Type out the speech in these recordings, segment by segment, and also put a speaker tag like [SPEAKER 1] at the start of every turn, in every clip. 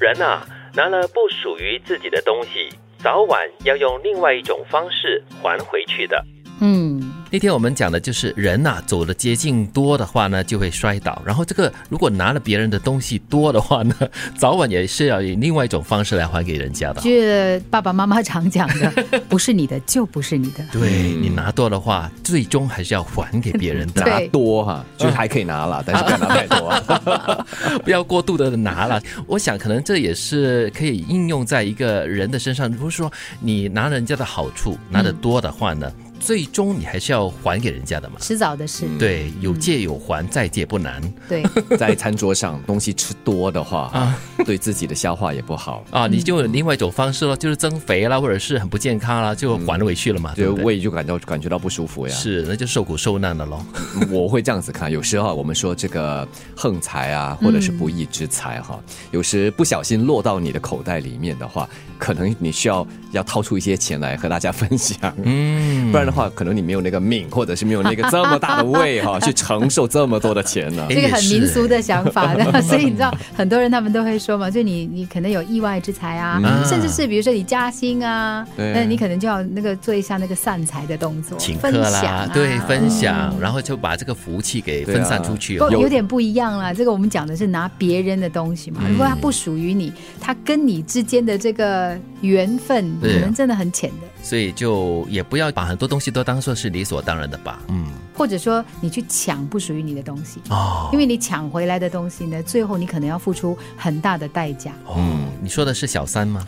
[SPEAKER 1] 人啊，拿了不属于自己的东西，早晚要用另外一种方式还回去的。
[SPEAKER 2] 嗯，
[SPEAKER 3] 那天我们讲的就是人呐、走的捷径多的话呢，就会摔倒。然后这个如果拿了别人的东西多的话呢，早晚也是要以另外一种方式来还给人家的。
[SPEAKER 2] 这爸爸妈妈常讲 的，不是你的就不是你的。
[SPEAKER 3] 对
[SPEAKER 4] 嗯
[SPEAKER 3] 你拿多的话，最终还是要还给别人的，
[SPEAKER 2] 对
[SPEAKER 4] 拿多
[SPEAKER 3] 啊
[SPEAKER 4] 哈，就是还可以 拿了，但是不要拿太多。啊
[SPEAKER 3] 不要过度的拿了。我想可能这也是可以应用在一个人的身上，不是说你拿人家的好处拿的多的话呢，最终你还是要还给人家的嘛。
[SPEAKER 2] 迟早的事，
[SPEAKER 3] 对，有借有还，再借不难
[SPEAKER 2] 对，
[SPEAKER 4] 在餐桌上东西吃多的话，对自己的消化也不好，
[SPEAKER 3] 啊！你就有另外一种方式咯，就是增肥啦，或者是很不健康啦，就还回去了嘛，对
[SPEAKER 4] 就
[SPEAKER 3] 嗯不对？
[SPEAKER 4] 胃就感到感觉到不舒服呀。
[SPEAKER 3] 是，那就受苦受难的咯。
[SPEAKER 4] 我会这样子看，有时候啊我们说这个横财啊，
[SPEAKER 3] 嗯
[SPEAKER 4] 或者是不义之财哈、有时不小心落到你的口袋里面的话，可能你需要要掏出一些钱来和大家分享，
[SPEAKER 3] 嗯，
[SPEAKER 4] 不然的话，可能你没有那个命，或者是没有那个这么大的胃 哈、去承受这么多的钱呢、
[SPEAKER 2] 这个很
[SPEAKER 3] 也是
[SPEAKER 2] 民俗的想 法 的，所以你知道很多人他们都会说嘛，就你你可能有意外之财啊，
[SPEAKER 3] 嗯
[SPEAKER 2] 甚至是比如说你加薪啊，
[SPEAKER 4] 对
[SPEAKER 2] 那你可能就要那个做一下那个散财的动作，
[SPEAKER 3] 请客
[SPEAKER 2] 分享
[SPEAKER 3] 啦
[SPEAKER 2] 啊，，
[SPEAKER 3] 对，分享，然后就把这个福气给
[SPEAKER 4] 对
[SPEAKER 3] 分散
[SPEAKER 4] 啊
[SPEAKER 3] 出去
[SPEAKER 2] 不
[SPEAKER 3] 哦。
[SPEAKER 2] 有点不一样啦。这个我们讲的是拿别人的东西嘛，
[SPEAKER 3] 嗯
[SPEAKER 2] 如果它不属于你，它跟你之间的这个缘分可
[SPEAKER 3] 对啊
[SPEAKER 2] 能真的很浅的，
[SPEAKER 3] 所以就也不要把很多东西都当做是理所当然的吧。嗯，
[SPEAKER 2] 或者说你去抢不属于你的东西，
[SPEAKER 3] 哦，
[SPEAKER 2] 因为你抢回来的东西呢，最后你可能要付出很大的代价。
[SPEAKER 3] 嗯，你说的是小三吗？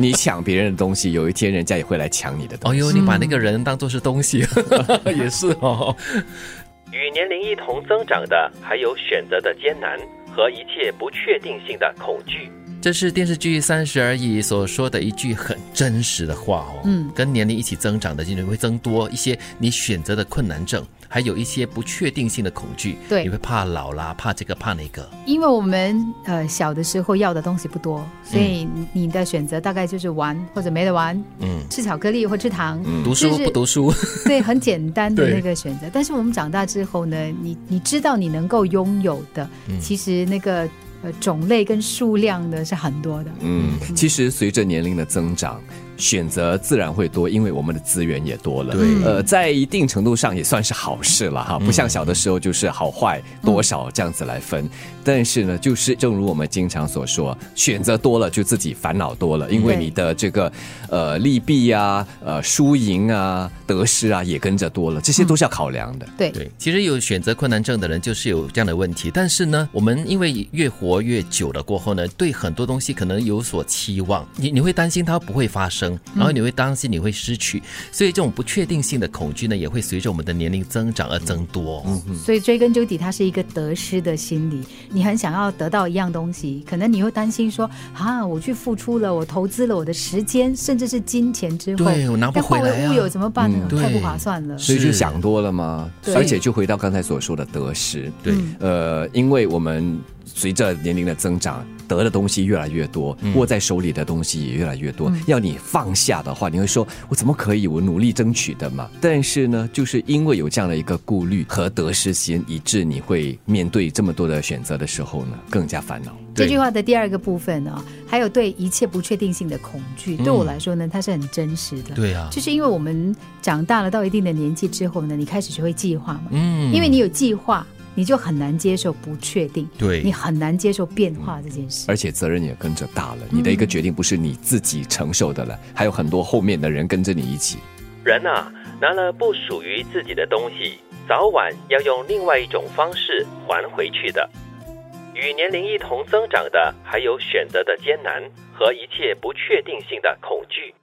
[SPEAKER 4] 你抢别人的东西，有一天人家也会来抢你的东
[SPEAKER 3] 哦
[SPEAKER 4] 西。
[SPEAKER 3] 呦，你把那个人当做是东西，
[SPEAKER 2] 嗯
[SPEAKER 3] 也是哦。
[SPEAKER 1] 与年龄一同增长的，还有选择的艰难和一切不确定性的恐惧。
[SPEAKER 3] 这是电视剧《三十而已》所说的一句很真实的话哦。
[SPEAKER 2] 嗯
[SPEAKER 3] 跟年龄一起增长的，你会增多一些你选择的困难症，还有一些不确定性的恐惧。
[SPEAKER 2] 对
[SPEAKER 3] 你会怕老啦，怕这个怕那个。
[SPEAKER 2] 因为我们呃小的时候要的东西不多，所以你你的选择大概就是玩或者没得玩，
[SPEAKER 3] 嗯，
[SPEAKER 2] 吃巧克力或吃糖，
[SPEAKER 3] 读书
[SPEAKER 2] 嗯就是
[SPEAKER 3] 不读书，
[SPEAKER 2] 对，很简单的
[SPEAKER 3] 对
[SPEAKER 2] 那个选择。但是我们长大之后呢，你你知道你能够拥有的，
[SPEAKER 3] 嗯
[SPEAKER 2] 其实那个呃种类跟数量呢是很多的。
[SPEAKER 4] 嗯，其实随着年龄的增长，选择自然会多，因为我们的资源也多了。
[SPEAKER 3] 对
[SPEAKER 4] 呃，在一定程度上也算是好事了哈，不像小的时候就是好坏多少这样子来分。但是呢，就是正如我们经常所说，选择多了就自己烦恼多了，因为
[SPEAKER 2] 对
[SPEAKER 4] 你的这个呃利弊啊、呃输赢啊、得失啊也跟着多了，这些都是要考量的。
[SPEAKER 2] 对，
[SPEAKER 3] 对，其实有选择困难症的人就是有这样的问题，但是呢，我们因为越活越久了过后呢，对很多东西可能有所期望，你你会担心它不会发生，然后你会担心你会失去，所以这种不确定性的恐惧呢，也会随着我们的年龄增长而增多。
[SPEAKER 2] 所以追根究底，它是一个得失的心理。你很想要得到一样东西，可能你会担心说啊，我去付出了，我投资了我的时间，甚至是金钱之后，
[SPEAKER 3] 对我拿不
[SPEAKER 2] 但
[SPEAKER 3] 回
[SPEAKER 2] 化
[SPEAKER 3] 来啊
[SPEAKER 2] 为乌有怎么办
[SPEAKER 3] 嗯
[SPEAKER 2] 呢？太不
[SPEAKER 3] 对
[SPEAKER 2] 划算了。
[SPEAKER 4] 所以就是想多了嘛，
[SPEAKER 2] 对
[SPEAKER 4] 而且就回到刚才所说的得失，
[SPEAKER 3] 对
[SPEAKER 2] 嗯
[SPEAKER 4] 呃，因为我们随着年龄的增长，得的东西越来越多，握在手里的东西也越来越多。要你放下的话，你会说：“我怎么可以？我努力争取的嘛。”但是呢，就是因为有这样的一个顾虑和得失心，以致你会面对这么多的选择的时候呢，更加烦恼。
[SPEAKER 2] 这
[SPEAKER 3] 对
[SPEAKER 2] 句话的第二个部分呢、啊还有对一切不确定性的恐惧，对我来说呢，它是很真实的。
[SPEAKER 3] 嗯对啊，
[SPEAKER 2] 就是因为我们长大了到一定的年纪之后呢，你开始学会计划嘛，
[SPEAKER 3] 嗯，
[SPEAKER 2] 因为你有计划，你就很难接受不确定，
[SPEAKER 3] 对
[SPEAKER 2] 你很难接受变化这件事。
[SPEAKER 4] 而且责任也跟着大了，你的一个决定不是你自己承受的了，还有很多后面的人跟着你一起。
[SPEAKER 1] 人啊，拿了不属于自己的东西，早晚要用另外一种方式还回去的。与年龄一同增长的，还有选择的艰难和一切不确定性的恐惧。